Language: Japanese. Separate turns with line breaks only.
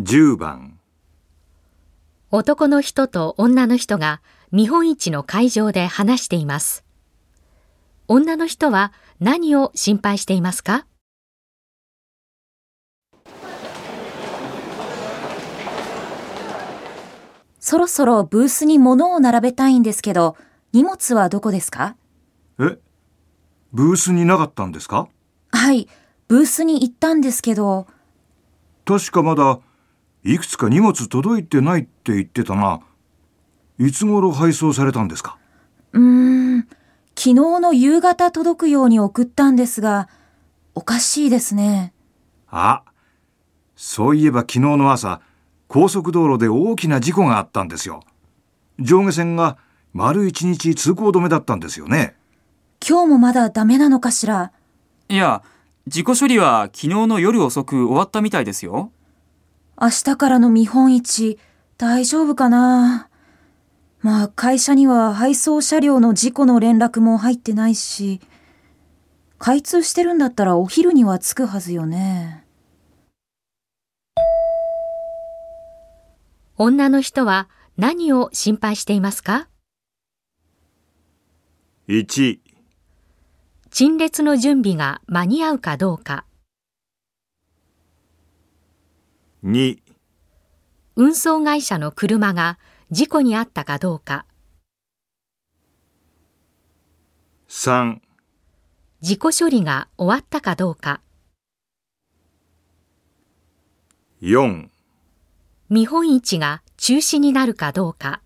10番
男の人と女の人が見本市の会場で話しています。女の人は何を心配していますか
そろそろブースに物を並べたいんですけど、荷物はどこですか
えブースになかったんですか
はい、ブースに行ったんですけど、
確かまだいくつか荷物届いてないって言ってたないつ頃配送されたんですか
うーん、昨日の夕方届くように送ったんですが、おかしいですね。
あそういえば昨日の朝高速道路で大きな事故があったんですよ上下線が丸一日通行止めだったんですよね
今日もまだダメなのかしら。
いや、事故処理は昨日の夜遅く終わったみたいですよ。
明日からの見本市、大丈夫かなまあ会社には配送車両の事故の連絡も入ってないし、開通してるんだったらお昼には着くはずよね。
女の人は何を心配していますか
1
陳列の準備が間に合うかどうか、
2
運送会社の車が事故に遭ったかどうか、
3
事故処理が終わったかどうか、
4
見本市が中止になるかどうか。